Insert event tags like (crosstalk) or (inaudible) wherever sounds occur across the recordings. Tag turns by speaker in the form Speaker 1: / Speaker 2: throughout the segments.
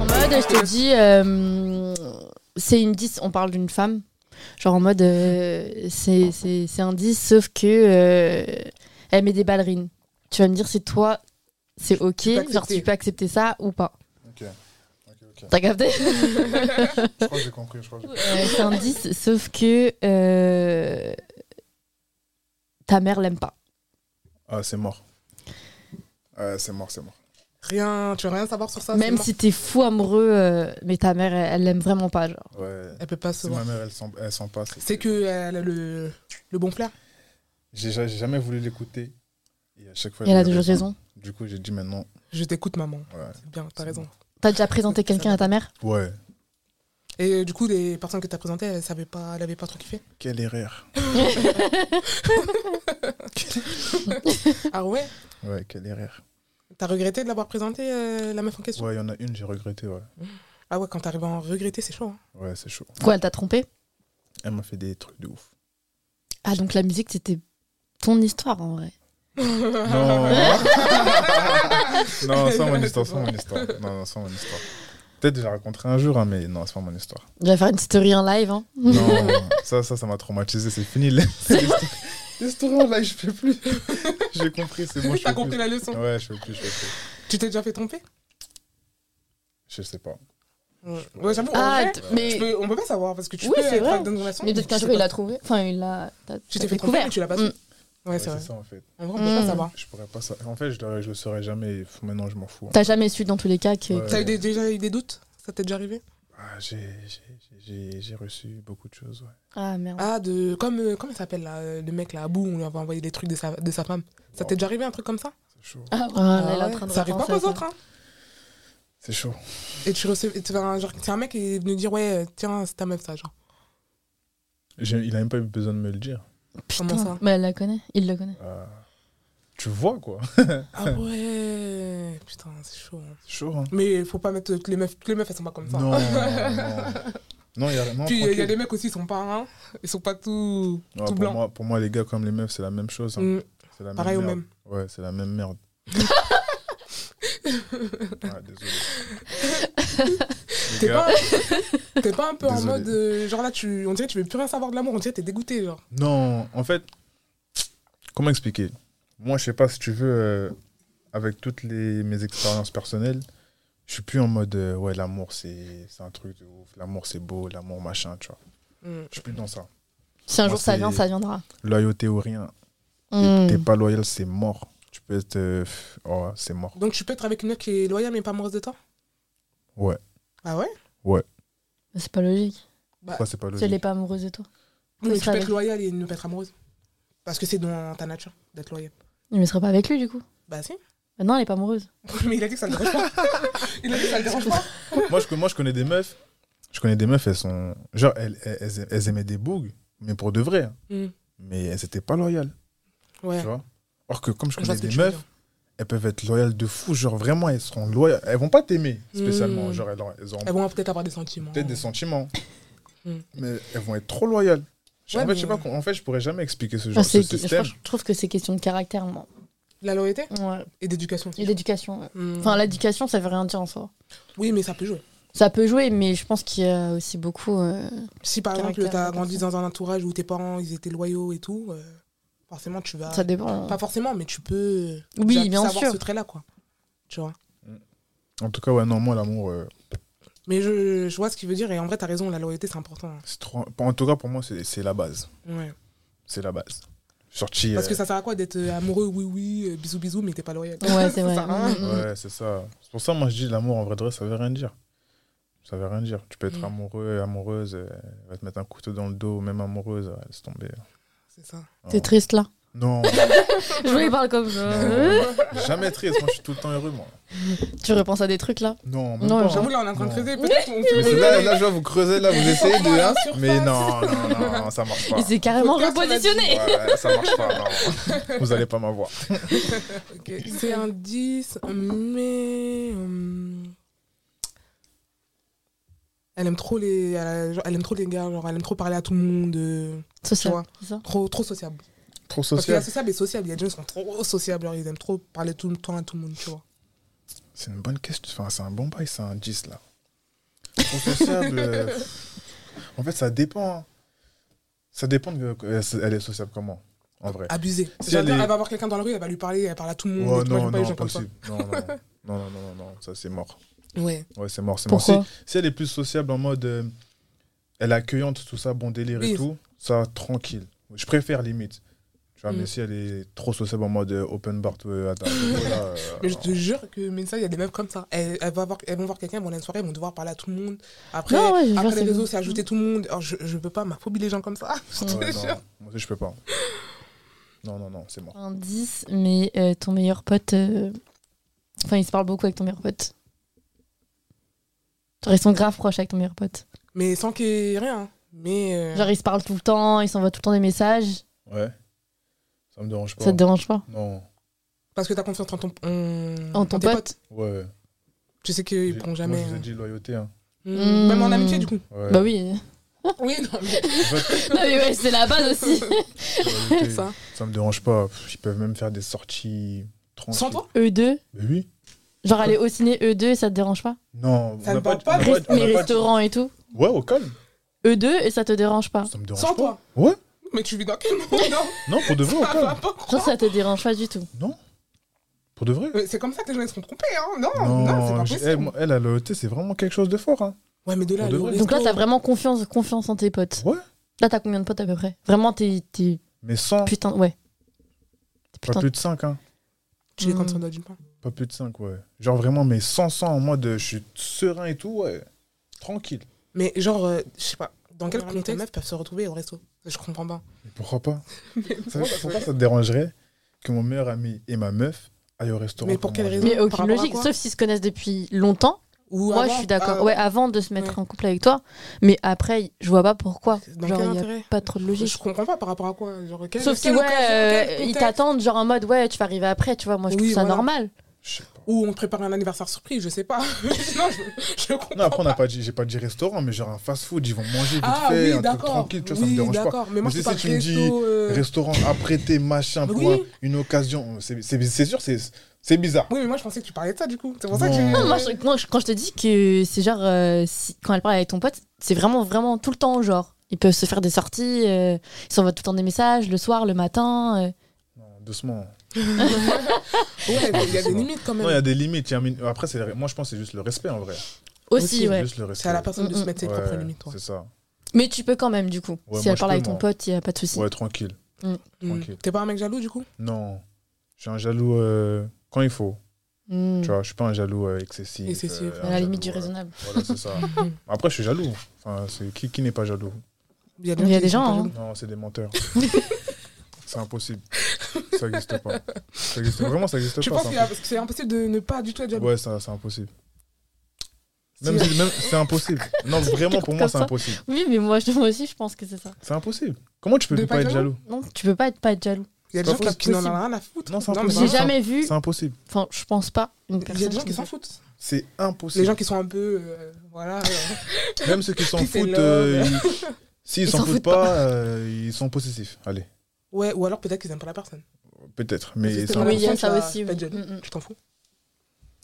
Speaker 1: mode, je te dis, euh, c'est une 10, on parle d'une femme. Genre en mode, euh, c'est c'est- c'est un 10, sauf que euh, elle met des ballerines. Tu vas me dire si toi, c'est ok,
Speaker 2: peux accepter.
Speaker 1: genre tu peux accepter ça ou pas.
Speaker 3: Ok. Ok, ok.
Speaker 1: T'as capté
Speaker 3: Je crois que j'ai compris. Je crois que j'ai-
Speaker 1: Euh, C'est un 10, sauf que euh, ta mère l'aime pas.
Speaker 3: Ah, c'est mort. Ah, c'est mort, c'est mort.
Speaker 2: Rien, tu veux rien savoir sur ça c'est
Speaker 1: Même
Speaker 2: mort.
Speaker 1: si t'es fou amoureux, euh, mais ta mère, elle, elle l'aime vraiment pas. Genre.
Speaker 3: Ouais.
Speaker 2: Elle peut pas se
Speaker 3: Si
Speaker 2: voir.
Speaker 3: ma mère, elle sent, elle sent pas. c'est-
Speaker 2: C'est que elle a le, le bon flair.
Speaker 3: J'ai j'ai jamais voulu l'écouter. Et à chaque fois.
Speaker 1: Et elle a
Speaker 3: j'avais
Speaker 1: toujours raison.
Speaker 3: Du coup, j'ai dit maintenant.
Speaker 2: Je t'écoute, maman.
Speaker 3: Ouais.
Speaker 2: C'est bien, t'as
Speaker 3: C'est
Speaker 2: raison.
Speaker 3: bon.
Speaker 1: T'as déjà présenté quelqu'un à ta mère
Speaker 3: Ouais.
Speaker 2: Et du coup, les personnes que t'as présentées, elles savaient pas, elles avaient pas
Speaker 1: (laughs)
Speaker 2: trop kiffé.
Speaker 3: Quelle erreur.
Speaker 2: Ah ouais
Speaker 3: Ouais, quelle erreur.
Speaker 2: T'as regretté de l'avoir présenté euh, la meuf en question
Speaker 3: Ouais, il y en a une, j'ai regretté. Ouais.
Speaker 2: Ah ouais, quand t'arrives à en regretter, c'est chaud. hein.
Speaker 3: Ouais, c'est chaud.
Speaker 1: Quoi, elle t'a trompé
Speaker 3: Elle m'a fait des trucs de ouf.
Speaker 1: Ah, donc la musique, c'était ton histoire en vrai.
Speaker 3: (laughs) Non. (laughs) non, sans mon histoire, sans mon histoire. Non, non, sans mon histoire. Peut-être que je la raconterai un jour, hein, mais non, c'est pas mon histoire.
Speaker 1: Je vais faire une story en live. Hein.
Speaker 3: Non,
Speaker 2: (laughs)
Speaker 3: ça, ça, ça m'a traumatisé, c'est fini. les- (laughs) Les stories là, je fais plus. (laughs) J'ai compris, c'est bon,
Speaker 2: (laughs)
Speaker 3: je
Speaker 2: T'as
Speaker 3: fais
Speaker 2: compris
Speaker 3: plus.
Speaker 2: la leçon.
Speaker 3: Ouais, je fais plus, je fais plus.
Speaker 2: Tu t'es déjà fait tromper
Speaker 3: Je sais pas.
Speaker 2: Ouais, Ouais, j'avoue. en
Speaker 1: Ah,
Speaker 2: vrai,
Speaker 1: t-
Speaker 2: tu
Speaker 1: mais,
Speaker 2: peux- on peut pas savoir parce que tu
Speaker 1: Oui,
Speaker 2: peux
Speaker 1: c'est
Speaker 2: être
Speaker 1: vrai.
Speaker 2: dans une relation.
Speaker 1: mais peut-être
Speaker 2: tu
Speaker 1: qu'un
Speaker 2: sais
Speaker 1: jour, il
Speaker 2: pas.
Speaker 1: l'a trouvé. Enfin, il l'a. t'as- t'as
Speaker 2: Tu t'es fait tromper, mais tu l'as pas su.
Speaker 1: Mm.
Speaker 2: Ouais,
Speaker 3: Ouais,
Speaker 2: c'est
Speaker 3: c'est
Speaker 2: vrai.
Speaker 3: ça en fait.
Speaker 2: En vrai, on peut
Speaker 1: Mm.
Speaker 2: pas savoir.
Speaker 3: Je pourrais pas ça. En fait, je, le- je le saurais jamais. Pff, Maintenant, je m'en fous. hein.
Speaker 1: T'as jamais su, dans tous les cas, que.
Speaker 3: Ouais.
Speaker 2: T'as eu des- déjà eu des doutes Ça t'est déjà arrivé
Speaker 3: Ah, j'ai- j'ai- j'ai j'ai reçu beaucoup de choses, ouais.
Speaker 1: Ah merde.
Speaker 2: Ah, de. Comme. euh, comment il s'appelle là euh, Le mec là, Abou, on lui avait envoyé des trucs de sa, de sa femme. Ça t'est
Speaker 3: Wow,
Speaker 2: déjà arrivé un truc comme ça
Speaker 3: C'est chaud.
Speaker 1: Oh. Ah, là, il est en train de
Speaker 2: bah Ça arrive pas
Speaker 1: repenser
Speaker 2: aux
Speaker 1: à
Speaker 2: autres, hein.
Speaker 3: C'est chaud.
Speaker 2: Et tu recevais. tu vois, un genre- C'est un mec qui est venu dire, ouais, euh, tiens, c'est ta meuf
Speaker 1: (laughs)
Speaker 2: ça, genre.
Speaker 3: J'ai- Il a même pas eu besoin de me le dire.
Speaker 1: Putain.
Speaker 2: Comment ça
Speaker 1: Mais elle la connaît. Il le connaît.
Speaker 3: Ah, tu vois, quoi. (laughs)
Speaker 2: Ah ouais Putain, c'est chaud. hein.
Speaker 3: C'est chaud, hein.
Speaker 2: Mais faut pas mettre toutes les meufs. Toutes les meufs, elles sont pas comme ça. (laughs)
Speaker 3: Non, non, non. il y a, non,
Speaker 2: Puis il y a
Speaker 3: tranquille.
Speaker 2: des mecs aussi, ils sont pas. Hein, ils sont pas tout.
Speaker 3: Ouais,
Speaker 2: tout
Speaker 3: pour,
Speaker 2: blancs.
Speaker 3: moi, pour moi, les gars comme les meufs, c'est la même chose. hein.
Speaker 2: Mm.
Speaker 3: C'est la
Speaker 2: Pareil au
Speaker 3: merde.
Speaker 2: même.
Speaker 3: Ouais, c'est la
Speaker 2: (laughs)
Speaker 3: même merde. Ah, désolé. Les
Speaker 2: (laughs) T'es
Speaker 3: gars-
Speaker 2: pas, t'es pas (laughs) un peu en
Speaker 3: Désolé.
Speaker 2: mode. euh, genre là, tu, on dirait que tu veux plus rien savoir de l'amour. On dirait que t'es dégoûté, genre.
Speaker 3: Non, en fait, comment expliquer Moi, je sais pas si tu veux, euh, avec toutes les, mes expériences personnelles, je suis plus en mode euh, ouais, l'amour c'est c'est un truc de ouf, l'amour c'est beau, l'amour machin, tu vois.
Speaker 2: Mm.
Speaker 3: Je suis plus dans ça.
Speaker 1: Si un
Speaker 3: Moi,
Speaker 1: jour ça
Speaker 3: Ah, c'est-
Speaker 1: vient, ça viendra.
Speaker 3: Loyauté ou rien.
Speaker 2: Hmm.
Speaker 1: Mm.
Speaker 3: T'es pas loyal, c'est mort. Tu peux être. euh, pff, oh, c'est mort.
Speaker 2: Donc tu peux être avec une meuf qui est loyale mais pas amoureuse de toi
Speaker 3: Ouais.
Speaker 2: Ah ouais
Speaker 1: Bah, C'est pas logique.
Speaker 3: Pourquoi c'est pas
Speaker 1: Si elle est
Speaker 3: logique
Speaker 1: pas amoureuse de toi.
Speaker 2: Oui, mais tu
Speaker 1: sera
Speaker 2: peux
Speaker 1: avec.
Speaker 2: être loyale et ne pas être amoureuse. Parce que c'est dans ta nature d'être loyale.
Speaker 1: Il ne serait pas avec lui, du coup.
Speaker 2: Bah si. (laughs)
Speaker 1: Bah non, elle est pas amoureuse.
Speaker 2: Mais il a dit que ça le dérange pas. (laughs) Il a dit que ça le dérange
Speaker 1: (laughs)
Speaker 2: pas.
Speaker 3: moi, je, moi, je connais des meufs. Je connais des meufs, elles sont. Genre, elles, elles- elles- elles aimaient des bougs, mais pour de vrai. hein.
Speaker 1: Hmm.
Speaker 2: Mm.
Speaker 3: Mais elles étaient pas loyales,
Speaker 2: Ouais.
Speaker 3: tu vois. Or que, comme je
Speaker 2: Je vois
Speaker 3: connais
Speaker 2: ce que
Speaker 3: des
Speaker 2: tu veux
Speaker 3: meufs.
Speaker 2: dire.
Speaker 3: elles peuvent être loyales de fou. Genre, vraiment, elles seront loyales. Elles vont pas t'aimer spécialement.
Speaker 2: Mm.
Speaker 3: Genre, elles, auront- elles auront
Speaker 2: Elles vont peut-être avoir des sentiments.
Speaker 3: peut-être des sentiments.
Speaker 2: Mm.
Speaker 3: Mais elles vont être trop loyales. Je-
Speaker 2: Ouais,
Speaker 3: en, fait, je sais
Speaker 2: mais-
Speaker 3: pas, com- en fait, je pourrais jamais expliquer ce
Speaker 1: Ah,
Speaker 3: genre
Speaker 1: c'est-
Speaker 3: de
Speaker 1: je,
Speaker 3: système.
Speaker 1: pense- je trouve que c'est question de caractère, moi.
Speaker 2: La loyauté
Speaker 1: Ouais.
Speaker 2: et d'éducation. aussi.
Speaker 1: Et d'éducation. ouais.
Speaker 2: Mm.
Speaker 1: Enfin, l'éducation, ça veut rien dire en soi.
Speaker 2: Oui, mais ça peut jouer.
Speaker 1: Ça peut jouer, mais je pense qu'il y a aussi beaucoup. euh,
Speaker 2: Si par exemple
Speaker 1: Caractère,
Speaker 2: t'as
Speaker 1: pas
Speaker 2: grandi
Speaker 1: perso.
Speaker 2: dans un entourage où tes parents ils étaient loyaux et tout, euh, forcément tu vas.
Speaker 1: Ça dépend. hein.
Speaker 2: Pas forcément, mais tu peux.
Speaker 1: Oui,
Speaker 2: tu vas
Speaker 1: bien
Speaker 2: savoir
Speaker 1: sûr.
Speaker 2: ce trait-là, quoi. Tu vois.
Speaker 3: En tout cas, ouais, non, moi, l'amour, euh,
Speaker 2: Mais je, je vois ce qu'il veut dire et en vrai, t'as raison, la loyauté c'est important. hein.
Speaker 3: c'est trop. En tout cas, pour moi, c'est c'est la base.
Speaker 2: Ouais.
Speaker 3: C'est la base. Sorti.
Speaker 2: Parce que
Speaker 3: euh,
Speaker 2: ça sert à quoi d'être euh, amoureux, oui, oui, euh, bisous, bisous, mais t'es pas loyal.
Speaker 1: Ouais, (laughs) c'est
Speaker 2: (laughs) Ça
Speaker 1: vrai.
Speaker 2: sert à rien.
Speaker 1: Mm, mm, mm.
Speaker 3: Ouais, c'est ça. C'est pour ça, moi, je dis l'amour, en vrai, de vrai, ça veut rien dire. Ça veut rien dire. Tu peux être
Speaker 2: Mm.
Speaker 3: amoureux, amoureuse, euh, elle va te mettre un couteau dans le dos, même amoureuse, elle laisse tomber.
Speaker 2: C'est ça.
Speaker 1: T'es triste là.
Speaker 3: Non.
Speaker 1: (laughs) Je voulais parler comme (laughs) ça.
Speaker 3: Non, jamais triste, moi je suis tout le temps heureux moi.
Speaker 1: tu repenses à des trucs là
Speaker 3: Non, même
Speaker 1: Non,
Speaker 3: pas.
Speaker 2: J'avoue, là, on est en train de
Speaker 3: Non.
Speaker 2: creuser. Peut-être qu'on
Speaker 3: Oh. Mais
Speaker 2: peut.
Speaker 3: c'est là, là, je vois, vous creusez, là, vous essayez de. hein,
Speaker 2: Surface.
Speaker 3: mais non, non, non, non, ça marche pas.
Speaker 1: Il s'est carrément
Speaker 2: Podcast, on a dit.
Speaker 1: repositionné.
Speaker 3: Ouais, ça marche pas, non. Vous allez pas m'avoir.
Speaker 2: Ok. C'est un 10, mais. euh, Elle aime trop les. Elle, a- genre, elle aime trop les gars, genre, elle aime trop parler à tout le monde. euh, tu
Speaker 1: Social.
Speaker 2: vois.
Speaker 1: c'est ça
Speaker 2: Trop, trop sociable.
Speaker 3: Trop
Speaker 2: Parce que la
Speaker 3: social.
Speaker 2: sociable est sociable. Il y a des gens qui sont trop sociables, genre, ils aiment trop parler tout le temps à tout le monde, tu vois.
Speaker 3: (laughs) C'est une bonne question. Enfin, c'est un bon bail, c'est un 10 là. trop sociable. euh, en fait, ça dépend. hein. Ça dépend de. euh, Elle est sociable comment En vrai.
Speaker 2: Abusé.
Speaker 3: Si
Speaker 2: Genre,
Speaker 3: elle
Speaker 2: quand
Speaker 3: est-
Speaker 2: elle va voir quelqu'un dans la rue, elle va lui parler, elle parle à tout le monde.
Speaker 3: Ouais,
Speaker 2: et moi, je veux
Speaker 3: non,
Speaker 2: pas les
Speaker 3: non,
Speaker 2: gens comme ça.
Speaker 3: impossible. Non,
Speaker 2: (laughs)
Speaker 3: non, non, non, non, non, non, ça c'est mort.
Speaker 2: Ouais.
Speaker 3: Ouais, c'est mort, c'est mort. Si,
Speaker 1: Pourquoi
Speaker 3: si elle est plus sociable en mode. euh, elle est accueillante, tout ça, bon délire et
Speaker 2: Oui.
Speaker 3: tout, ça tranquille. Je préfère limite. Tu vois,
Speaker 2: Mm.
Speaker 3: mais si elle est trop sociable en mode euh, open bar, tout, euh, attends,
Speaker 2: (laughs)
Speaker 3: voilà, euh,
Speaker 2: Mais je te jure que mais ça, il y a des meufs comme ça. Elles, elles, vont voir, elles vont voir quelqu'un, elles vont aller à une soirée, elles vont devoir parler à tout le monde. Après,
Speaker 1: Non, ouais, je veux dire,
Speaker 2: après les
Speaker 1: c'est-
Speaker 2: réseaux, c'est ajouter tout le monde. Alors, je, je peux pas, ma phobie, les gens comme ça. (laughs) Je te
Speaker 3: ouais, non,
Speaker 2: jure.
Speaker 3: moi aussi, je peux pas. Non, non, non, c'est mort.
Speaker 1: Un 10, mais euh, ton meilleur pote. euh, Enfin, il se parle beaucoup avec ton meilleur pote. Genre, ils sont grave proches avec ton meilleur pote.
Speaker 2: Mais sans qu'il y ait rien. Mais. euh,
Speaker 1: Genre, ils se parlent tout le temps, ils s'envoient tout le temps des messages.
Speaker 3: Ouais. Ça me dérange pas.
Speaker 1: Ça te dérange pas
Speaker 3: Non.
Speaker 2: Parce que t'as confiance en ton, en,
Speaker 1: En
Speaker 2: en
Speaker 1: ton
Speaker 2: tes
Speaker 1: pote.
Speaker 2: potes.
Speaker 3: Ouais.
Speaker 2: Tu sais qu'ils
Speaker 3: J'ai-
Speaker 2: pourront jamais.
Speaker 3: Moi, je vous ai dit loyauté. Hein.
Speaker 2: hein.
Speaker 1: Mm.
Speaker 2: Même en amitié, du coup.
Speaker 3: Ouais.
Speaker 1: Bah (laughs) oui. non,
Speaker 2: Oui, non, (laughs) mais.
Speaker 3: En fait,
Speaker 1: mais ouais, c'est la base aussi.
Speaker 3: loyauté, ça.
Speaker 2: Ça.
Speaker 3: me dérange pas. Pff, Ils peuvent même faire des sorties tranquilles.
Speaker 2: Sans toi
Speaker 1: (laughs) eux deux.
Speaker 3: Mais oui.
Speaker 1: Genre, aller au ciné, eux deux, et ça te dérange pas
Speaker 3: Non.
Speaker 2: Ça me
Speaker 3: on n'a
Speaker 2: parle
Speaker 3: dit-
Speaker 2: pas,
Speaker 3: on n'a
Speaker 1: Rest-
Speaker 3: on n'a
Speaker 1: Les
Speaker 3: dit-
Speaker 1: restaurants et tout.
Speaker 3: Ouais, au calme.
Speaker 1: Eux deux, et ça te dérange pas
Speaker 3: Ça me dérange
Speaker 2: Ah, Sans
Speaker 3: pas.
Speaker 2: toi
Speaker 3: Ouais.
Speaker 2: Mais tu vis dans quel monde
Speaker 3: (laughs)
Speaker 2: non
Speaker 3: Non, pour de vrai, au
Speaker 2: Ça va
Speaker 3: calme.
Speaker 2: pas,
Speaker 1: Genre,
Speaker 2: quoi.
Speaker 1: ça te dérange pas du tout.
Speaker 3: Non. Pour de vrai.
Speaker 2: Mais C'est comme ça que les gens ils se sont trompés, hein. Non, non, c'est
Speaker 3: Non,
Speaker 2: pas
Speaker 3: j'ai-
Speaker 2: possible.
Speaker 3: elle, moi, elle, la loyauté, c'est vraiment quelque chose de fort. Hein.
Speaker 2: Ouais, mais de là,
Speaker 3: On
Speaker 2: aller au
Speaker 3: devrait.
Speaker 1: Donc là,
Speaker 2: resto-
Speaker 1: t'as vraiment confiance, confiance en tes potes.
Speaker 3: Ouais.
Speaker 1: Là, t'as combien de potes à peu près Vraiment, t'es t'es
Speaker 3: Mais sans.
Speaker 1: putain. Ouais. T'es
Speaker 3: Pas
Speaker 1: putain.
Speaker 3: plus de 5. Hein.
Speaker 2: Tu es comme ça,
Speaker 1: Mm.
Speaker 2: doigt d'une part.
Speaker 3: Pas plus de 5, ouais. Genre vraiment, mais sans sans en mode euh, je suis serein et tout, ouais. Tranquille.
Speaker 2: Mais genre, euh, je sais pas, dans quel
Speaker 1: Dans le
Speaker 2: contexte les
Speaker 1: contexte.
Speaker 2: meufs peuvent se retrouver au resto Je comprends pas.
Speaker 3: Mais
Speaker 2: (laughs)
Speaker 3: pourquoi pas Ça- Pourquoi ça te dérangerait que mon meilleur ami et ma meuf aillent au restaurant
Speaker 2: Mais pour quelle
Speaker 3: manger
Speaker 2: raison
Speaker 1: Mais
Speaker 2: Par
Speaker 1: aucune
Speaker 2: rapport à
Speaker 1: logique,
Speaker 2: quoi
Speaker 1: sauf s'ils se connaissent depuis longtemps.
Speaker 2: Ou
Speaker 1: Moi,
Speaker 2: avant,
Speaker 1: je suis d'accord.
Speaker 2: euh,
Speaker 1: ouais, avant de se mettre
Speaker 2: ouais.
Speaker 1: en couple avec toi. Mais après, je vois pas pourquoi.
Speaker 2: Dans
Speaker 1: Genre,
Speaker 2: quel
Speaker 1: il y a
Speaker 2: intérêt
Speaker 1: pas trop de logique.
Speaker 2: Je comprends pas par rapport à quoi. Genre, quel-
Speaker 1: Sauf si,
Speaker 2: quelle
Speaker 1: ouais,
Speaker 2: occasion, quel
Speaker 1: euh, ils
Speaker 2: contexte
Speaker 1: t'attendent, genre en mode, ouais, tu vas arriver après, tu vois. Moi, je
Speaker 2: Oui,
Speaker 1: trouve ça
Speaker 2: voilà.
Speaker 1: normal.
Speaker 3: Je sais pas.
Speaker 2: Ou on te prépare un anniversaire surprise, je sais pas. (laughs) non, je, je comprends.
Speaker 3: Non, après, on n'a pas dit, j'ai pas dit restaurant, mais genre un fast-food, ils vont manger vite
Speaker 2: ah
Speaker 3: fait,
Speaker 2: oui,
Speaker 3: un truc
Speaker 2: d'accord.
Speaker 3: tranquille, tu vois, ça me
Speaker 2: Oui,
Speaker 3: dérange pas.
Speaker 2: d'accord. Mais moi,
Speaker 3: Mais
Speaker 2: je
Speaker 3: si-
Speaker 2: parle
Speaker 3: si tu me
Speaker 2: resto.
Speaker 3: dis
Speaker 2: euh,
Speaker 3: Restaurant apprêté, machin,
Speaker 2: Oui.
Speaker 3: quoi, une occasion, c'est c'est- c'est sûr, c'est c'est bizarre.
Speaker 2: Oui, mais moi, je pensais que tu parlais de ça, du coup. C'est pour ça que
Speaker 3: Non.
Speaker 1: Non,
Speaker 2: j'ai-
Speaker 1: (laughs) moi, je- moi, je- quand je te dis que c'est genre, euh, si- quand elle parle avec ton pote, c'est vraiment, vraiment tout le temps, genre. Ils peuvent se faire des sorties, euh, ils s'envoient tout le temps des messages, le soir, le matin. euh.
Speaker 3: Non, doucement.
Speaker 2: Ouais, mais il y a des limites quand
Speaker 3: Non, il y a
Speaker 2: même.
Speaker 3: des limites. il y a un min- Après, c'est le- moi, je pense que c'est juste le respect en vrai.
Speaker 1: Aussi,
Speaker 2: Aussi,
Speaker 1: ouais.
Speaker 3: Juste le respect.
Speaker 2: C'est à la personne de
Speaker 1: Mm,
Speaker 2: se mettre ses
Speaker 3: mm. Ouais,
Speaker 2: propres limites, toi.
Speaker 3: C'est ça.
Speaker 1: Mais tu peux quand même, du coup.
Speaker 3: Ouais,
Speaker 1: si
Speaker 3: moi,
Speaker 1: elle
Speaker 3: je
Speaker 1: parle
Speaker 3: peux,
Speaker 1: avec ton
Speaker 3: moi.
Speaker 1: pote, il n'y a pas de souci.
Speaker 3: Ouais, tranquille.
Speaker 2: Mm.
Speaker 3: Tranquille.
Speaker 2: T'es pas un mec jaloux, du coup
Speaker 3: Non, je suis un jaloux euh, quand il faut.
Speaker 1: Mm.
Speaker 3: Tu vois, je suis pas un jaloux euh, excessif.
Speaker 2: Excessif.
Speaker 3: un
Speaker 1: À la limite du
Speaker 3: jaloux, euh,
Speaker 1: raisonnable.
Speaker 3: Voilà, c'est ça.
Speaker 1: Mm.
Speaker 3: Après, je suis jaloux. Enfin, c'est qui, qui n'est pas jaloux
Speaker 1: Il y a
Speaker 2: qui
Speaker 1: des
Speaker 2: sont
Speaker 1: gens,
Speaker 2: pas
Speaker 1: hein.
Speaker 2: jaloux.
Speaker 3: Non, c'est des menteurs. c'est impossible. Ça n'existe pas. Ça existe... Vraiment, ça n'existe
Speaker 2: Tu
Speaker 3: pas.
Speaker 2: penses
Speaker 3: ça.
Speaker 2: qu'il y a- que c'est impossible de ne pas du tout être jaloux
Speaker 3: Ouais, ça, c'est impossible.
Speaker 2: Si,
Speaker 3: Même,
Speaker 2: euh,
Speaker 3: si- même- c'est impossible. Non, vraiment, pour moi,
Speaker 1: Comme
Speaker 3: c'est
Speaker 1: ça.
Speaker 3: impossible.
Speaker 1: Oui, mais moi, je- (laughs) moi aussi, je pense que c'est ça.
Speaker 3: C'est impossible. Comment tu peux
Speaker 2: De
Speaker 3: pas,
Speaker 2: pas
Speaker 3: être jaloux
Speaker 1: Non, tu peux pas être, pas être jaloux.
Speaker 2: Il y a des
Speaker 3: C'est
Speaker 2: gens
Speaker 3: pas
Speaker 2: qui, qui n'en
Speaker 1: possible.
Speaker 2: ont rien à foutre.
Speaker 3: Non, c'est
Speaker 2: mais
Speaker 3: impossible.
Speaker 1: J'ai
Speaker 2: vraiment,
Speaker 3: ça-
Speaker 1: jamais vu,
Speaker 3: C'est impossible.
Speaker 1: enfin, je pense pas, une
Speaker 2: Il y a
Speaker 1: personne
Speaker 2: des gens qui
Speaker 1: qui...
Speaker 2: s'en foutent.
Speaker 3: C'est impossible.
Speaker 2: Les gens qui sont un peu. euh, voilà. euh,
Speaker 3: Même ceux qui s'en
Speaker 2: Peace and
Speaker 3: foutent,
Speaker 2: love.
Speaker 3: euh, ils- s'ils
Speaker 1: Ils
Speaker 3: s'en
Speaker 1: s'en
Speaker 3: foutent
Speaker 1: foutent
Speaker 3: pas, euh, ils sont possessifs. Allez,
Speaker 2: Ouais, ou alors peut-être qu'ils aiment pas la personne.
Speaker 3: peut-être. Mais
Speaker 2: Parce que
Speaker 3: c'est
Speaker 2: c'est
Speaker 1: Oui,
Speaker 3: impossible.
Speaker 1: il y a
Speaker 2: Personne,
Speaker 1: ça
Speaker 2: tu vas
Speaker 1: aussi, oui.
Speaker 2: pas être jaloux.
Speaker 1: Mm, mm.
Speaker 2: Tu t'en fous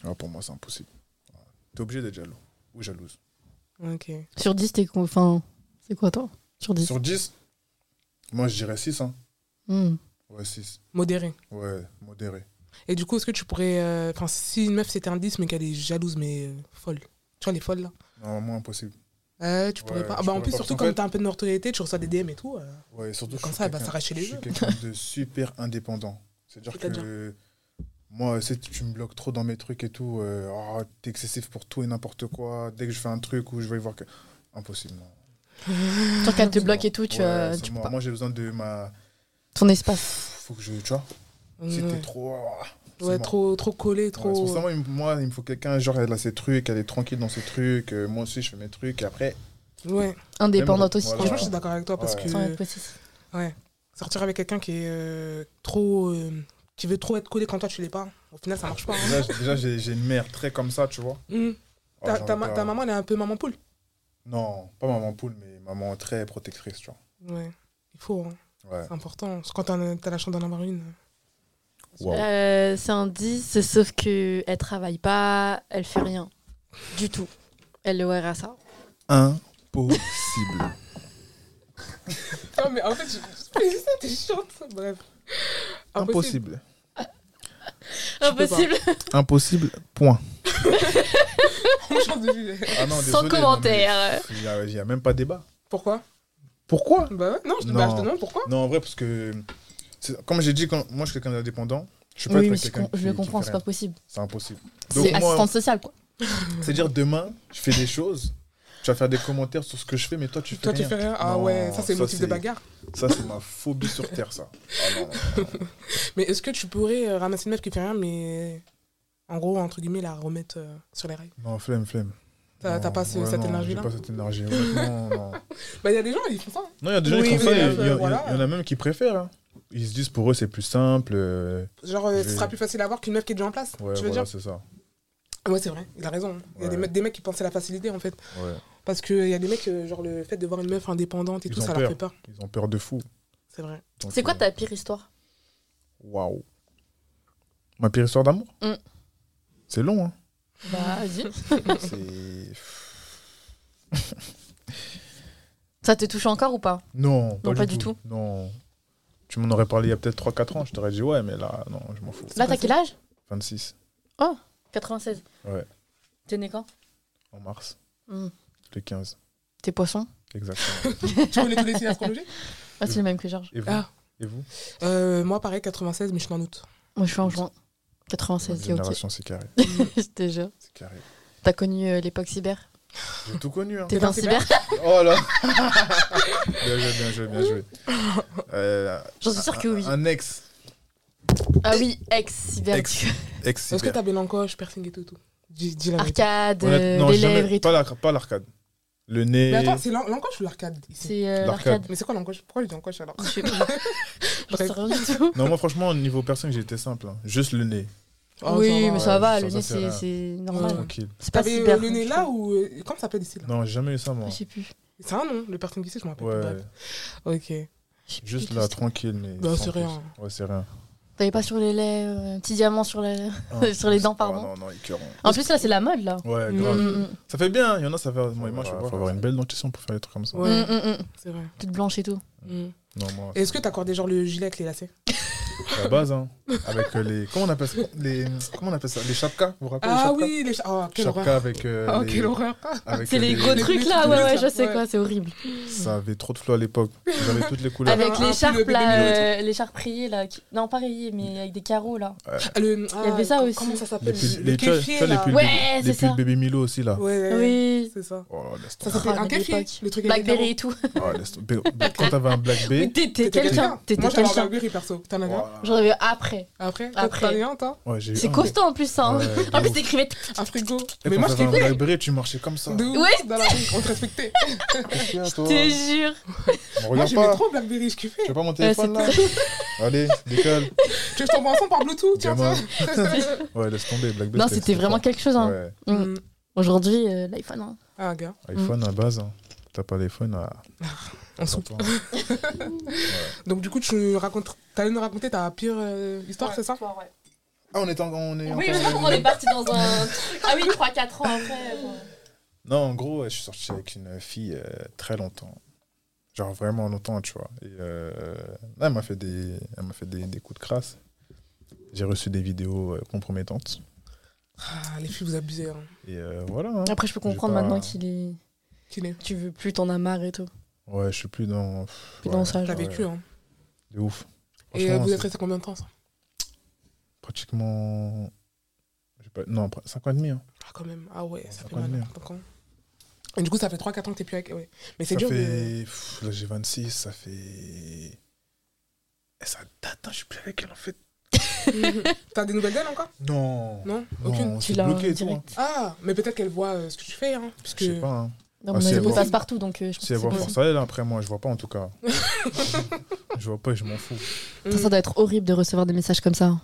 Speaker 3: Ah, pour moi, c'est impossible. T'es obligé d'être jaloux ou jalouse.
Speaker 2: Ok.
Speaker 1: Sur 10, t'es... con- Enfin, c'est quoi, toi Sur 10
Speaker 3: Sur 10, moi, je dirais 6. Hein.
Speaker 1: Mm.
Speaker 3: Ouais, 6.
Speaker 2: Modéré.
Speaker 3: Ouais, modéré.
Speaker 2: Et du coup, est-ce que tu pourrais. euh, Enfin, si une meuf c'était un 10, mais qu'elle est jalouse, mais euh, folle. Tu vois, les folles là.
Speaker 3: Non, moi, impossible.
Speaker 2: Euh, tu pourrais
Speaker 3: Ouais,
Speaker 2: pas. Ah
Speaker 3: je
Speaker 2: bah, en
Speaker 3: pourrais
Speaker 2: plus,
Speaker 3: pas,
Speaker 2: surtout
Speaker 3: parce qu'en
Speaker 2: comme t'as un peu de notoriété, tu reçois des DM et tout. euh,
Speaker 3: Ouais, et surtout,
Speaker 2: Comme
Speaker 3: je suis
Speaker 2: ça, elle va
Speaker 3: quelqu'un-
Speaker 2: s'arracher les
Speaker 3: Je suis
Speaker 2: yeux.
Speaker 3: quelqu'un de super indépendant. C'est-à-dire
Speaker 2: C'est-à-dire
Speaker 3: que moi, si tu me bloques trop dans mes trucs et tout, euh, Ah, t'es excessif pour tout et n'importe quoi. Dès que je fais un truc ou je vais voir que. Impossible, non.
Speaker 1: Tant qu'elle te
Speaker 3: (laughs) C'est
Speaker 1: bloque
Speaker 3: mort.
Speaker 1: et tout, tu,
Speaker 3: Ouais,
Speaker 1: euh,
Speaker 3: c'est
Speaker 1: tu peux
Speaker 3: mort.
Speaker 1: pas.
Speaker 3: Moi, j'ai besoin de ma.
Speaker 1: Ton espace.
Speaker 3: Faut que je. Tu vois Si
Speaker 2: ouais.
Speaker 3: t'es trop. ah, c'est
Speaker 2: Ouais,
Speaker 3: mort.
Speaker 2: trop, trop collé,
Speaker 3: Ouais, c'est pour
Speaker 2: trop.
Speaker 3: ça, moi, il me- moi, il me faut quelqu'un, genre, elle a ses trucs, elle est tranquille dans ses trucs. euh, moi aussi, je fais mes trucs. Et après,
Speaker 2: Ouais.
Speaker 1: Indépendante aussi.
Speaker 3: Voilà.
Speaker 2: Franchement, je suis d'accord avec toi parce
Speaker 3: Ouais.
Speaker 2: que.
Speaker 1: Sans être possessive.
Speaker 2: sortir avec quelqu'un qui est euh, trop euh, qui veut trop être collé quand toi tu l'es pas au final ça marche pas hein.
Speaker 3: déjà, j'ai- déjà, j'ai j'ai une mère très comme ça, tu vois.
Speaker 2: Mm.
Speaker 3: Ah,
Speaker 2: ta,
Speaker 3: j'en
Speaker 2: ta
Speaker 3: veux
Speaker 2: ma-
Speaker 3: pas.
Speaker 2: ta maman elle est un peu maman poule
Speaker 3: Non, pas maman poule, mais maman très protectrice, tu
Speaker 2: ouais il faut hein.
Speaker 3: vois. Ouais.
Speaker 2: c'est important Parce que quand t'en- t'as la chance d'en avoir une
Speaker 3: Wow.
Speaker 1: Euh, c'est un 10, sauf que elle travaille pas, elle fait rien. Du tout. Elle le verra ça.
Speaker 3: impossible.
Speaker 2: Non, Ah, mais en fait, je- c'est ça, t'es chiante. Bref.
Speaker 3: Impossible.
Speaker 1: Impossible.
Speaker 3: Impossible, point.
Speaker 2: Moi, j'en ai vu.
Speaker 3: Ah non,
Speaker 1: Sans
Speaker 3: désolé,
Speaker 1: commentaire.
Speaker 3: non, mais Il n'y a, il y a même pas débat.
Speaker 2: Pourquoi
Speaker 3: Pourquoi
Speaker 2: Bah ouais, non, je te,
Speaker 3: Non.
Speaker 2: bah, je te demande pourquoi.
Speaker 3: Non, en vrai, parce que. c'est- Comme j'ai dit, quand, moi, je suis quelqu'un d'indépendant. Je peux pas
Speaker 1: Oui,
Speaker 3: être
Speaker 1: mais
Speaker 3: avec
Speaker 1: je,
Speaker 3: quelqu'un
Speaker 1: com- je
Speaker 3: qui-
Speaker 1: le
Speaker 3: qui
Speaker 1: comprends,
Speaker 3: fait
Speaker 1: c'est pas
Speaker 3: rien.
Speaker 1: possible.
Speaker 3: C'est impossible. Donc,
Speaker 1: C'est
Speaker 3: moi,
Speaker 1: assistante sociale, quoi.
Speaker 3: c'est-à-dire, demain, je fais des choses. Tu vas faire des commentaires sur ce que je fais, mais toi, tu fais
Speaker 2: Toi,
Speaker 3: rien.
Speaker 2: tu fais rien. Ah
Speaker 3: Non,
Speaker 2: ouais, ça, c'est
Speaker 3: ça,
Speaker 2: motif de
Speaker 3: c'est-
Speaker 2: bagarre.
Speaker 3: Ça, c'est ma phobie sur Terre, ça. Ah non, non, non.
Speaker 2: Mais est-ce que tu pourrais euh, ramasser une meuf qui fait rien, mais en gros, entre guillemets, la remettre euh, sur les rails
Speaker 3: Non, flemme, flemme.
Speaker 2: T'as-
Speaker 3: Non,
Speaker 2: t'as pas ce-
Speaker 3: ouais,
Speaker 2: cette
Speaker 3: non, j'ai
Speaker 2: énergie-là
Speaker 3: pas cette énergie. honnêtement, non.
Speaker 2: Bah, il y a des gens, ils font ça. hein.
Speaker 3: Non, il y a des gens
Speaker 2: Oui,
Speaker 3: qui font ça.
Speaker 2: mais,
Speaker 3: Il y, a-
Speaker 2: euh,
Speaker 3: il y a-
Speaker 2: voilà.
Speaker 3: il y en a même qui préfèrent. hein. Ils se disent pour eux, c'est plus simple. euh,
Speaker 2: Genre, euh, ce
Speaker 3: J'ai-
Speaker 2: sera plus facile à voir qu'une meuf qui est déjà en place.
Speaker 3: Ouais,
Speaker 2: tu veux
Speaker 3: voilà,
Speaker 2: dire
Speaker 3: c'est ça.
Speaker 2: Ouais, c'est vrai, il a raison. hein. Il y a des,
Speaker 3: Ouais.
Speaker 2: mecs- des mecs qui pensaient la facilité, en fait.
Speaker 3: Ouais.
Speaker 2: Parce qu'il y a des mecs, euh, genre, le fait de voir une meuf indépendante et
Speaker 3: Ils
Speaker 2: tout,
Speaker 3: ont
Speaker 2: ça leur
Speaker 3: peur.
Speaker 2: fait peur.
Speaker 3: Ils ont peur de fou.
Speaker 2: C'est vrai.
Speaker 3: Donc,
Speaker 1: C'est quoi
Speaker 3: euh,
Speaker 1: ta pire histoire
Speaker 3: Waouh. Ma pire histoire d'amour
Speaker 1: Mm.
Speaker 3: C'est long,
Speaker 2: (laughs)
Speaker 3: hein
Speaker 1: Bah, vas-y.
Speaker 3: C'est-
Speaker 1: Ça te touche encore ou pas
Speaker 3: Non, pas,
Speaker 1: Non, pas du
Speaker 3: Non. Tu m'en aurais parlé il y a peut-être 3-4 ans, je t'aurais dit ouais, mais là, non, je m'en fous.
Speaker 1: Là, t'as quel âge
Speaker 3: 26,
Speaker 1: 96.
Speaker 3: Ouais.
Speaker 1: T'es né quand
Speaker 3: en mars,
Speaker 1: Mm.
Speaker 3: le 15,
Speaker 1: T'es poisson (laughs)
Speaker 3: exactement.
Speaker 2: tu connais tous les signes astrologiques
Speaker 1: Ah, c'est le même que Georges.
Speaker 3: Et vous,
Speaker 2: Ah.
Speaker 3: Et vous
Speaker 2: Euh, Moi, pareil, 96, mais je suis en août.
Speaker 1: Moi, je suis en juin.
Speaker 3: Votre
Speaker 1: 96, y'a ok.
Speaker 3: génération, c'est carré.
Speaker 1: (laughs) Je te jure.
Speaker 3: C'est carré.
Speaker 1: T'as connu euh, l'époque cyber
Speaker 3: J'ai tout connu, hein.
Speaker 1: T'es
Speaker 2: T'es
Speaker 1: dans
Speaker 2: dans
Speaker 1: cyber
Speaker 3: Oh là (laughs) Bien joué, bien joué, bien joué. Euh,
Speaker 1: J'en suis sûre que
Speaker 3: un-
Speaker 1: oui.
Speaker 3: Un ex.
Speaker 1: Ah oui, ex-cyber.
Speaker 3: Ex. Ex
Speaker 2: Est-ce que t'as Bélancoche, piercing et tout, tout Dis, dis la vérité.
Speaker 1: Arcade,
Speaker 3: Honnête-
Speaker 1: euh,
Speaker 3: non,
Speaker 1: les
Speaker 3: jamais-
Speaker 1: lèvres et tout.
Speaker 3: pas l'arc- pas l'arcade. Le nez.
Speaker 2: Mais attends, c'est l'en- l'encoche ou l'arcade ici
Speaker 1: C'est euh,
Speaker 3: L'arcade.
Speaker 1: l'arcade.
Speaker 2: Mais c'est quoi l'encoche Pourquoi je dis encoche alors
Speaker 1: Je sais pas. J'en sais rien du tout.
Speaker 3: Non, moi, franchement, au niveau personne, j'étais simple. hein. Juste le nez.
Speaker 2: Oh,
Speaker 1: oui,
Speaker 2: ça
Speaker 1: mais
Speaker 3: va,
Speaker 1: ça
Speaker 3: ouais,
Speaker 1: va,
Speaker 3: ça,
Speaker 1: le
Speaker 3: ça,
Speaker 1: nez,
Speaker 3: c'est
Speaker 1: c'est-
Speaker 3: là.
Speaker 1: c'est normal.
Speaker 2: Ouais.
Speaker 3: Tranquille.
Speaker 1: C'est pas
Speaker 2: T'avais
Speaker 1: cyber.
Speaker 2: euh, le nez là ou. euh, Comment ça s'appelle ici là
Speaker 3: Non, j'ai jamais eu ça, moi.
Speaker 1: Je sais plus.
Speaker 2: C'est un nom, le piercing ici, je me rappelle. plus,
Speaker 3: Ouais.
Speaker 2: bref. Ok.
Speaker 1: Je sais plus
Speaker 3: Juste
Speaker 1: du
Speaker 3: là,
Speaker 1: tout.
Speaker 3: tranquille. Mais
Speaker 2: Bah,
Speaker 3: sans
Speaker 2: c'est
Speaker 3: plus.
Speaker 2: rien.
Speaker 3: Ouais, c'est rien.
Speaker 1: T'avais pas sur les lèvres, un petit diamant sur la.
Speaker 3: Ah,
Speaker 1: Sur les dents,
Speaker 3: ah,
Speaker 1: pardon.
Speaker 3: non, non, écœurant.
Speaker 1: En plus, là, c'est la mode, là.
Speaker 3: Ouais,
Speaker 2: Mm.
Speaker 3: grave.
Speaker 1: Mm, mm,
Speaker 3: Ça fait bien. Il y en a, ça fait. Moi, moi, je sais
Speaker 4: avoir-
Speaker 3: pas.
Speaker 4: faut
Speaker 3: Faut avoir une belle dentition pour faire des trucs comme ça.
Speaker 1: mm.
Speaker 2: Ouais,
Speaker 1: Mm, mm, mm.
Speaker 2: c'est vrai.
Speaker 1: Toute blanche et tout.
Speaker 2: Mm.
Speaker 3: Non, moi,
Speaker 2: Et Est-ce que t'accordais genre le gilet avec les lacets
Speaker 3: c'est la base, hein. Avec euh, les. Comment on appelle ça les... Comment on appelle ça Les chapkas, vous vous rappelez
Speaker 2: Ah
Speaker 3: les chapkas
Speaker 2: oui, les. cha- Oh, quelle horreur.
Speaker 3: Chapkas avec. euh,
Speaker 2: Oh,
Speaker 3: les-
Speaker 2: quelle horreur.
Speaker 3: avec,
Speaker 1: Ah, C'est
Speaker 3: euh,
Speaker 1: les gros
Speaker 2: les
Speaker 1: trucs,
Speaker 2: trucs,
Speaker 1: là.
Speaker 2: les
Speaker 1: Ouais, ouais,
Speaker 2: trucs,
Speaker 1: je
Speaker 2: là.
Speaker 1: sais quoi, c'est horrible.
Speaker 3: Ça avait trop de flots à l'époque. J'avais toutes les couleurs.
Speaker 1: Avec
Speaker 2: Un- un
Speaker 1: l'écharpe,
Speaker 2: pull
Speaker 1: là, euh, l'écharpe rayée, là. qui- Non, pas rayée, mais avec des carreaux, là.
Speaker 2: Le- ah,
Speaker 1: Il y avait ça
Speaker 2: com-
Speaker 1: aussi.
Speaker 2: Comment ça
Speaker 3: Les
Speaker 2: s'appelle
Speaker 3: pulls-
Speaker 2: Le
Speaker 3: les- tu vois- tu
Speaker 2: kéfier,
Speaker 3: vois, les
Speaker 2: là.
Speaker 3: pulls
Speaker 1: Ouais,
Speaker 3: baby- les
Speaker 1: c'est ça.
Speaker 3: pulls Baby Milo aussi, là.
Speaker 2: Ouais, ouais,
Speaker 1: Oui.
Speaker 2: C'est ça.
Speaker 3: Oh, laisse
Speaker 2: Ça
Speaker 3: tomber.
Speaker 2: s'appelait
Speaker 1: Ah,
Speaker 2: un
Speaker 1: de
Speaker 2: kéfier,
Speaker 1: l'époque.
Speaker 2: le truc avec les
Speaker 1: Blackberry
Speaker 2: carreaux.
Speaker 1: et tout.
Speaker 3: Oh, laisse tomber. Quand t'avais un Black B,
Speaker 1: T'étais
Speaker 2: T'étais
Speaker 1: quelqu'un. T'étais
Speaker 2: Moi, j'avais un
Speaker 1: quelqu'un.
Speaker 2: Blackberry perso. T'en avais un
Speaker 3: Voilà.
Speaker 1: J'en avais après.
Speaker 2: Après Toi,
Speaker 1: Après.
Speaker 2: T'en avais un, toi
Speaker 3: oh, Ouais, j'ai eu
Speaker 1: C'est
Speaker 3: un-
Speaker 1: costaud en plus, ça. hein.
Speaker 3: Ouais,
Speaker 1: En
Speaker 3: de
Speaker 1: plus,
Speaker 3: ouf.
Speaker 1: t'écrivais.
Speaker 2: Un frigo.
Speaker 3: Et
Speaker 2: Mais
Speaker 3: quand
Speaker 2: moi, je
Speaker 3: t'avais un
Speaker 2: kiffais.
Speaker 3: Blackberry, tu marchais comme ça.
Speaker 2: De ouf,
Speaker 1: Ouais.
Speaker 2: dans la rue, on te respectait.
Speaker 3: Qu'est-ce qu'il y a,
Speaker 1: Je
Speaker 3: Ah, toi
Speaker 1: te jure.
Speaker 3: On
Speaker 2: Moi,
Speaker 3: regarde
Speaker 2: j'aimais
Speaker 3: pas.
Speaker 2: trop Blackberry, je kiffais.
Speaker 3: Tu veux pas mon
Speaker 1: Ouais,
Speaker 3: téléphone, là
Speaker 1: c'est- (laughs)
Speaker 3: Allez, décolle.
Speaker 2: Tu veux que je t'envoie un son par Bluetooth Tiens,
Speaker 3: Gamin.
Speaker 2: tiens.
Speaker 3: (laughs)
Speaker 2: (laughs)
Speaker 3: Ouais, laisse tomber, Black B.
Speaker 1: Non, c'était vraiment quelque chose. hein.
Speaker 3: Ouais,
Speaker 1: Mm.
Speaker 2: Mm.
Speaker 1: Aujourd'hui, euh, l'iPhone. hein.
Speaker 2: Ah, gars,
Speaker 3: iPhone à base. hein. T'as pas d'iPhone à.
Speaker 2: on s'en
Speaker 3: toi.
Speaker 2: Donc, du coup, tu racontes. T'allais nous raconter ta pire euh, histoire, c'est ça
Speaker 3: Ah, on est en. On est
Speaker 1: Oui,
Speaker 3: encore-
Speaker 1: on est parti dans un. Ah oui, 3-4 ans après.
Speaker 3: Non, en gros, ouais, je suis sorti avec une fille euh, très longtemps. Genre vraiment longtemps, tu vois. Et euh, là, elle m'a fait, des, elle m'a fait des, des coups de crasse. J'ai reçu des vidéos euh, compromettantes.
Speaker 2: Ah, les filles, vous abusez. Hein.
Speaker 3: Et euh, voilà. hein.
Speaker 1: Après, je peux comprendre
Speaker 3: J'ai pas-
Speaker 1: maintenant qu'il est.
Speaker 2: Qu'il est.
Speaker 1: Tu veux plus, t'en as marre et tout.
Speaker 3: Ouais, je suis plus dans. pff,
Speaker 1: Plus
Speaker 3: ouais,
Speaker 1: dans ça.
Speaker 2: T'as
Speaker 1: genre.
Speaker 3: Ouais.
Speaker 2: vécu, hein.
Speaker 3: de ouf.
Speaker 2: Et euh,
Speaker 3: Franchement,
Speaker 2: vous êtes
Speaker 3: c'est
Speaker 2: resté combien de temps, ça
Speaker 3: Pratiquement. je sais Pas... Non, 5 ans et demi. hein.
Speaker 2: Ah, quand même. Ah, ouais, ça
Speaker 3: Ça
Speaker 2: fait
Speaker 3: compte
Speaker 2: mal.
Speaker 3: bien.
Speaker 2: hein, quand même. Et du coup, ça fait 3-4 ans que t'es plus avec. Ouais. Mais c'est
Speaker 3: Ça
Speaker 2: dur. de-
Speaker 3: fait. pff, là, j'ai 26, ça fait. Eh, ça date, hein, je suis plus avec elle en fait.
Speaker 2: (laughs) T'as des nouvelles d'elle encore
Speaker 3: Non.
Speaker 2: Non
Speaker 3: Non,
Speaker 2: Aucune.
Speaker 3: on
Speaker 1: Tu
Speaker 3: s'est
Speaker 1: l'as en
Speaker 3: bloqué et tout. hein.
Speaker 1: direct.
Speaker 2: Ah, mais peut-être qu'elle voit euh, ce que tu fais, hein. Parce
Speaker 3: Je sais
Speaker 2: que.
Speaker 3: pas. hein.
Speaker 1: Non,
Speaker 3: Ah,
Speaker 1: mais
Speaker 3: si,
Speaker 1: on
Speaker 3: elle
Speaker 1: passe
Speaker 3: voit.
Speaker 1: partout, donc euh, je pense
Speaker 3: Si
Speaker 1: que
Speaker 3: elle voit
Speaker 1: c'est
Speaker 3: force
Speaker 1: possible.
Speaker 3: à elle, après moi, je vois pas en tout
Speaker 2: (laughs)
Speaker 3: cas. je vois pas et je m'en fous.
Speaker 2: Mm.
Speaker 1: Ça, ça doit être horrible de recevoir des messages comme ça. hein.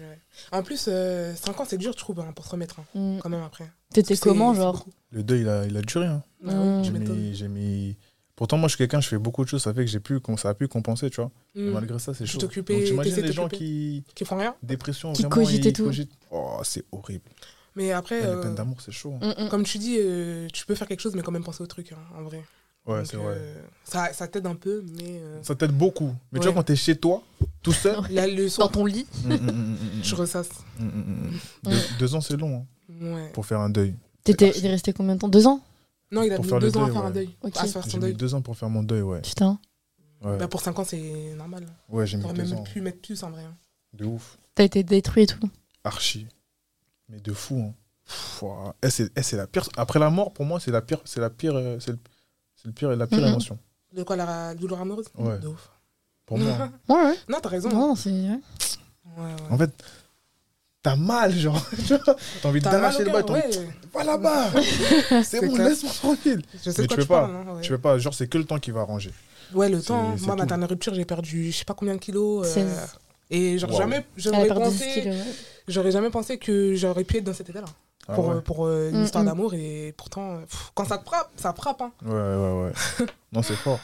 Speaker 2: Ouais. En plus, 5 ans, c'est dur, je trouve, hein, pour se remettre, hein,
Speaker 1: Mm.
Speaker 2: quand même, après.
Speaker 1: T'étais
Speaker 2: C'est-
Speaker 1: comment,
Speaker 2: c'est
Speaker 1: genre
Speaker 2: beaucoup.
Speaker 3: Le deuil, il a, il a duré. hein.
Speaker 2: Ah oui,
Speaker 1: Mm.
Speaker 2: je
Speaker 3: J'ai
Speaker 2: m'étonne.
Speaker 3: mis, j'ai mis- Pourtant, moi, je suis quelqu'un, je fais beaucoup de choses, ça fait que j'ai pu, qu'on- ça a pu compenser, tu vois. Mais
Speaker 2: Mm.
Speaker 3: malgré ça, c'est
Speaker 2: Tu
Speaker 3: chaud. Donc,
Speaker 2: t'occupais,
Speaker 3: t'imagines
Speaker 2: t'essayais de
Speaker 3: les gens
Speaker 2: t'occuper.
Speaker 3: qui.
Speaker 2: Qui font rien
Speaker 3: Dépression,
Speaker 1: Qui
Speaker 3: vraiment.
Speaker 1: cogitent et
Speaker 3: ils
Speaker 1: tout.
Speaker 3: cogitent. Oh, c'est horrible.
Speaker 2: Mais après,
Speaker 3: Eh, Les
Speaker 2: euh,
Speaker 3: peines d'amour, c'est chaud. hein.
Speaker 1: Mm, mm.
Speaker 2: comme tu dis, euh, tu peux faire quelque chose, mais quand même penser au truc, hein, en vrai.
Speaker 3: Ouais,
Speaker 2: Donc,
Speaker 3: c'est vrai.
Speaker 2: euh, ça ça t'aide un peu, mais euh,
Speaker 3: Ça t'aide beaucoup. Mais tu
Speaker 2: Ouais.
Speaker 3: vois, quand t'es chez toi, tout seul.
Speaker 2: la leçon,
Speaker 1: Dans ton lit.
Speaker 3: Mm, mm, mm, mm,
Speaker 2: je ressasse.
Speaker 3: mm, mm, mm, mm. Deux- Deux ans, c'est long hein,
Speaker 2: Ouais.
Speaker 3: pour faire un deuil.
Speaker 1: T'étais, il est resté combien de temps Deux ans
Speaker 2: Non, il a
Speaker 3: Pour
Speaker 2: mis
Speaker 3: faire le
Speaker 2: deux ans à
Speaker 3: deuil,
Speaker 2: faire un
Speaker 3: ouais.
Speaker 2: deuil.
Speaker 1: Ok.
Speaker 2: À se faire son
Speaker 3: J'ai mis
Speaker 2: deuil.
Speaker 3: deux ans pour faire mon deuil, ouais.
Speaker 1: Putain.
Speaker 3: Ouais,
Speaker 2: Bah, pour 5 ans, c'est normal.
Speaker 3: Ouais, j'ai mis
Speaker 2: T'aurais
Speaker 3: deux
Speaker 2: même
Speaker 3: ans.
Speaker 2: pu mettre plus, en vrai. hein.
Speaker 3: De ouf.
Speaker 1: T'as été détruit et tout.
Speaker 3: Archi. Mais de fou. Hein. Pff, ouah. Eh, c'est eh, c'est la pire. Après la mort, pour moi, c'est la pire. C'est la pire. euh, C'est le, c'est le pire, la pire
Speaker 1: Mhm.
Speaker 3: émotion.
Speaker 2: De quoi, la douleur amoureuse
Speaker 3: Ouais.
Speaker 2: De ouf.
Speaker 3: Pour moi. hein.
Speaker 1: Ouais, ouais.
Speaker 2: (laughs) Non, t'as raison.
Speaker 1: Non, c'est. ouais.
Speaker 2: Ouais, ouais.
Speaker 3: En fait, t'as mal, genre. (laughs) tu vois, t'as envie
Speaker 2: T'as mal
Speaker 3: d'arracher
Speaker 2: au
Speaker 3: le
Speaker 2: cœur,
Speaker 3: bâton.
Speaker 2: ouais. (laughs)
Speaker 3: Va là-bas. c'est
Speaker 2: C'est
Speaker 3: bon,
Speaker 2: clair.
Speaker 3: laisse-moi tranquille.
Speaker 2: Je sais
Speaker 3: Mais
Speaker 2: de quoi tu
Speaker 3: tu peux pas.
Speaker 2: parles. hein, ouais.
Speaker 3: Tu veux pas, genre, c'est que le temps qui va arranger.
Speaker 2: Ouais, le
Speaker 3: C'est-
Speaker 2: temps.
Speaker 3: c'est
Speaker 2: Moi, ma
Speaker 3: tout.
Speaker 2: dernière rupture, j'ai perdu je sais pas combien de kilos. euh,
Speaker 1: 16.
Speaker 2: et genre,
Speaker 3: Waouh.
Speaker 2: jamais,
Speaker 1: Elle a
Speaker 2: j'aurais
Speaker 1: perdu 10
Speaker 2: pensé,
Speaker 1: kilos. ouais.
Speaker 2: j'aurais jamais pensé que j'aurais pu être dans cet état-là.
Speaker 3: Ah
Speaker 2: pour
Speaker 3: ouais.
Speaker 2: euh, pour euh, une
Speaker 1: Mm,
Speaker 2: histoire
Speaker 1: mm.
Speaker 2: d'amour. Et pourtant, euh, pff, quand ça te frappe, ça frappe. Hein.
Speaker 3: ouais, ouais, ouais. non, c'est fort.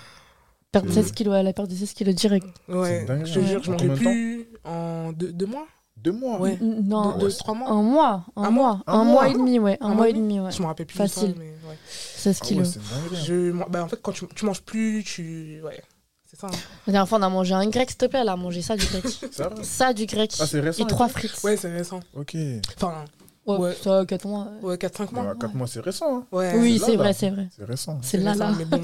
Speaker 1: Perdre
Speaker 3: C'est-
Speaker 1: 16 kilos, elle a perdu 16 kilos direct.
Speaker 2: Ouais,
Speaker 3: C'est dingue,
Speaker 2: je te
Speaker 3: hein.
Speaker 2: jure, je
Speaker 3: En
Speaker 2: m'en
Speaker 3: combien
Speaker 2: vais
Speaker 3: de
Speaker 2: plus en deux, deux mois,
Speaker 3: Deux mois.
Speaker 2: Ouais.
Speaker 1: N- Non,
Speaker 2: deux,
Speaker 3: ouais.
Speaker 2: deux, trois mois.
Speaker 1: un mois. Un,
Speaker 2: Un
Speaker 1: mois. Un, mois, et demi, ouais. Un, mois et demi, ouais.
Speaker 2: Je me rappelle plus.
Speaker 1: Facile.
Speaker 2: Du temps, mais ouais.
Speaker 1: 16
Speaker 3: Ah ouais,
Speaker 1: kilos.
Speaker 3: c'est dingue. hein.
Speaker 2: Je, man- bah, en fait, quand tu, tu manges plus, tu. Ouais, c'est ça. hein.
Speaker 1: La dernière fois, on a mangé un grec, s'il te plaît. Elle a mangé ça du grec.
Speaker 3: Ça va
Speaker 1: ça du grec.
Speaker 3: Ah, c'est récent,
Speaker 1: Et
Speaker 3: les
Speaker 1: trois frites.
Speaker 2: Ouais, c'est récent.
Speaker 3: Ok.
Speaker 2: Enfin,
Speaker 1: Ouais,
Speaker 2: Ouais.
Speaker 1: ça, 4 mois. euh.
Speaker 2: ouais, 4-5 mois.
Speaker 3: Bah, Quatre mois, c'est récent. hein.
Speaker 2: Ouais,
Speaker 1: Oui,
Speaker 3: là,
Speaker 1: c'est
Speaker 3: là.
Speaker 1: vrai, c'est vrai.
Speaker 3: C'est
Speaker 2: (laughs)
Speaker 3: récent.
Speaker 1: C'est là,
Speaker 2: récent,
Speaker 1: là. (laughs)
Speaker 2: mais bon.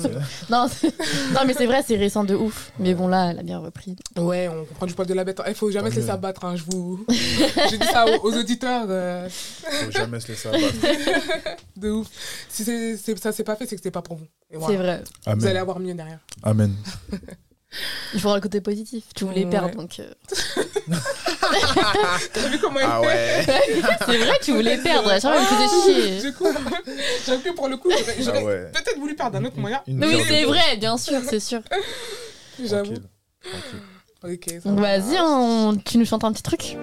Speaker 1: Non, c'est- non, mais c'est vrai, c'est récent de ouf. Mais bon, là, elle a bien repris.
Speaker 2: Ouais, on prend du poil de la bête. Il faut jamais
Speaker 3: Tant
Speaker 2: se laisser
Speaker 3: mieux.
Speaker 2: abattre. Hein, je vous. (laughs) J'ai dit ça aux, aux auditeurs euh,
Speaker 3: Faut jamais se laisser abattre.
Speaker 2: de ouf. Si c'est c'est- ça s'est pas fait, c'est que c'était pas pour vous. Et voilà.
Speaker 1: C'est vrai.
Speaker 2: Vous allez
Speaker 3: Amen.
Speaker 2: avoir mieux derrière. (laughs)
Speaker 3: Amen.
Speaker 1: Il faudra le côté positif. Tu voulais
Speaker 2: Ouais.
Speaker 1: perdre, donc. euh,
Speaker 2: T'as vu comment
Speaker 3: Ah ouais.
Speaker 1: C'est vrai, tu voulais perdre. À chaque fois, elle
Speaker 2: Ah.
Speaker 1: me faisait chier.
Speaker 2: Du coup, j'aurais pu pour le coup, j'aurais j'aurais
Speaker 3: Ah ouais. Mm-hmm.
Speaker 2: peut-être voulu perdre d'un autre moyen.
Speaker 3: Une
Speaker 1: Mais oui,
Speaker 3: période
Speaker 1: c'est
Speaker 3: de-
Speaker 1: vrai, bien sûr, c'est sûr.
Speaker 2: J'avoue.
Speaker 3: Tranquille. Tranquille.
Speaker 2: Ok, ça
Speaker 1: Donc,
Speaker 2: va.
Speaker 1: vas-y, hein. on- tu nous chantes un petit truc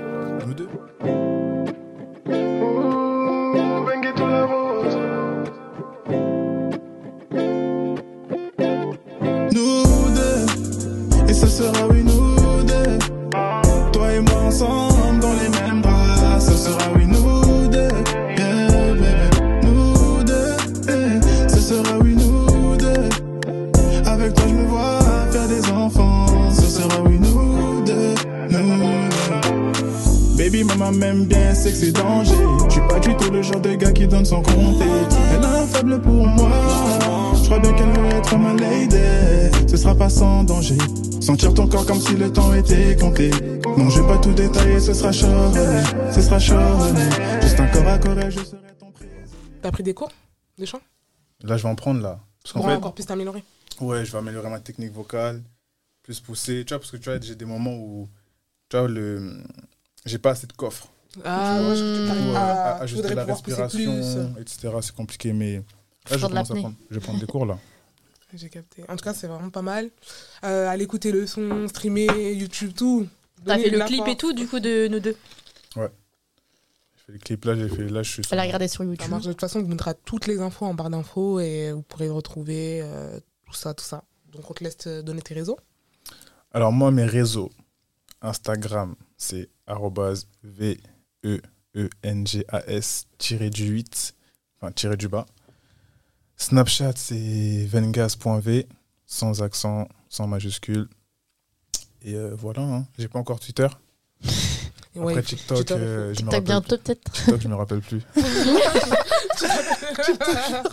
Speaker 3: Nous deux.
Speaker 4: Nous deux, et ce sera oui nous deux. Toi et moi ensemble dans les mêmes bras, ce sera oui nous deux. Yeah, baby. Nous deux, eh, ce sera oui nous deux. Avec toi je me vois faire des enfants, ce sera oui nous deux. Nous deux. Baby maman m'aime bien, c'est que c'est danger. Je suis pas du tout le genre de gars qui donne sans compter. Elle a un faible pour moi. Je crois bien qu'elle veut être ma lady. Ce sera pas sans danger. Sentir ton corps comme si le temps était compté. Non, je vais pas tout détailler, ce sera chardonnay. Ce sera chardonnay. Juste un corps à corps et je serai ton prix.
Speaker 2: T'as pris des cours de chant
Speaker 3: Là, je vais en prendre là. Parce
Speaker 2: Pour
Speaker 3: qu'en fait,
Speaker 2: encore plus t'améliorer.
Speaker 3: ouais, je vais améliorer ma technique vocale, plus poussée. Tu vois, parce que tu vois, j'ai des moments où, tu vois, le, j'ai pas assez de coffre.
Speaker 2: Ah, ouais, je- tu
Speaker 3: Du coup,
Speaker 2: t'arrives
Speaker 3: euh,
Speaker 2: à-
Speaker 3: à- ajuster
Speaker 2: faudrait
Speaker 3: la
Speaker 2: pouvoir pousser plus.
Speaker 3: respiration, etc. C'est compliqué, mais là, je
Speaker 1: Faire de
Speaker 3: commence à
Speaker 1: l'apnée.
Speaker 3: prendre. Je vais prendre des cours là.
Speaker 2: J'ai capté. En tout cas, c'est vraiment pas mal. Euh, allez écouter le son, streamer, YouTube, tout.
Speaker 5: T'as
Speaker 2: Donnez
Speaker 5: fait
Speaker 2: de
Speaker 5: le
Speaker 2: la
Speaker 5: clip
Speaker 2: force.
Speaker 5: et tout, du coup, de nous deux.
Speaker 3: J'ai fait les clips là, j'ai fait là, je suis. sur-
Speaker 1: Elle a regardé sur
Speaker 2: Ça
Speaker 1: YouTube.
Speaker 2: marche. De toute façon, on vous mettra toutes les infos en barre d'infos et vous pourrez retrouver euh, tout ça, tout ça. Donc, on te laisse euh, donner tes réseaux.
Speaker 3: Alors moi, mes réseaux, Instagram, c'est arrobase v e e n g a s tiré du 8, enfin tiré du bas. Snapchat, c'est vengas.v, sans accent, sans majuscule. Et euh, voilà, hein. j'ai pas encore Twitter.
Speaker 2: Et
Speaker 3: Après
Speaker 2: ouais,
Speaker 3: TikTok,
Speaker 2: TikTok,
Speaker 3: euh, je
Speaker 1: TikTok
Speaker 3: me rappelle plus.
Speaker 1: bientôt, peut-être
Speaker 3: TikTok, je me rappelle plus.
Speaker 1: (laughs)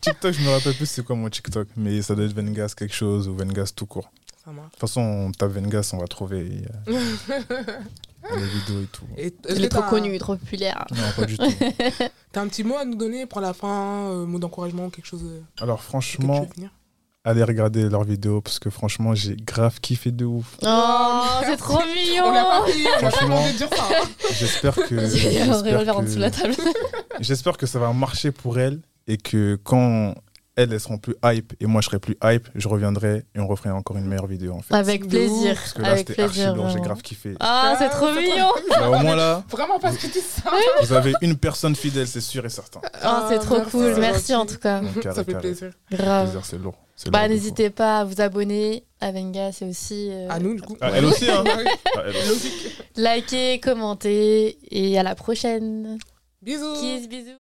Speaker 3: TikTok, je me rappelle plus c'est quoi mon TikTok, mais ça doit être Vengas quelque chose ou Vengas tout court.
Speaker 2: ça marche.
Speaker 3: De toute façon, on tape Vengas, on va trouver euh,
Speaker 1: (laughs)
Speaker 3: les vidéos et tout.
Speaker 2: Et est-ce
Speaker 1: Il
Speaker 2: que
Speaker 1: est trop
Speaker 2: t'as-
Speaker 1: connu, il est trop populaire.
Speaker 3: Non, pas du tout.
Speaker 2: T'as un petit mot à nous donner pour la fin, euh, mot d'encouragement, quelque chose euh,
Speaker 3: Alors
Speaker 2: quelque chose
Speaker 3: franchement,
Speaker 2: à venir
Speaker 3: allez regarder leurs vidéos parce que franchement, j'ai grave kiffé de ouf.
Speaker 1: Oh, c'est trop
Speaker 2: On l'a
Speaker 1: mignon
Speaker 2: pas payé, on l'a pas
Speaker 3: Franchement.
Speaker 2: demandé de dire ça. hein.
Speaker 1: (laughs)
Speaker 3: J'espère que
Speaker 1: Il y a un
Speaker 3: j'espère
Speaker 1: revolver en dessous de la
Speaker 3: que,
Speaker 1: table.
Speaker 3: j'espère que ça va marcher pour elles et que quand elles, elles seront plus hype et moi je serai plus hype, je reviendrai et on referait encore une meilleure vidéo en fait.
Speaker 1: (laughs) Avec
Speaker 2: ouf,
Speaker 1: plaisir.
Speaker 3: Parce que là,
Speaker 1: Ah, Avec
Speaker 3: c'était archi
Speaker 1: plaisir.
Speaker 3: lourd, j'ai
Speaker 1: vraiment.
Speaker 3: grave kiffé.
Speaker 1: Ah, c'est trop mignon
Speaker 3: Là, au moins là,
Speaker 2: Vraiment parce que tu dis ça.
Speaker 3: vous avez une personne fidèle, c'est sûr et certain.
Speaker 1: Oh, c'est
Speaker 2: Ah,
Speaker 1: trop
Speaker 2: merci,
Speaker 1: cool.
Speaker 2: c'est
Speaker 1: Merci en
Speaker 2: gentil.
Speaker 1: tout cas.
Speaker 3: Donc,
Speaker 2: Ça
Speaker 3: carré,
Speaker 2: fait
Speaker 3: carré.
Speaker 2: plaisir.
Speaker 1: Grave.
Speaker 3: Plaisir, c'est lourd. C'est
Speaker 1: Bah,
Speaker 3: lourd de
Speaker 1: n'hésitez pas à vous abonner à Venga, c'est aussi euh,
Speaker 2: À nous, du coup.
Speaker 3: fou. Ah, elle aussi, hein
Speaker 2: Ouais.
Speaker 3: Ah, elle aussi.
Speaker 1: liker, commenter et à la prochaine.
Speaker 2: Bisous.
Speaker 1: Kiss, bisous.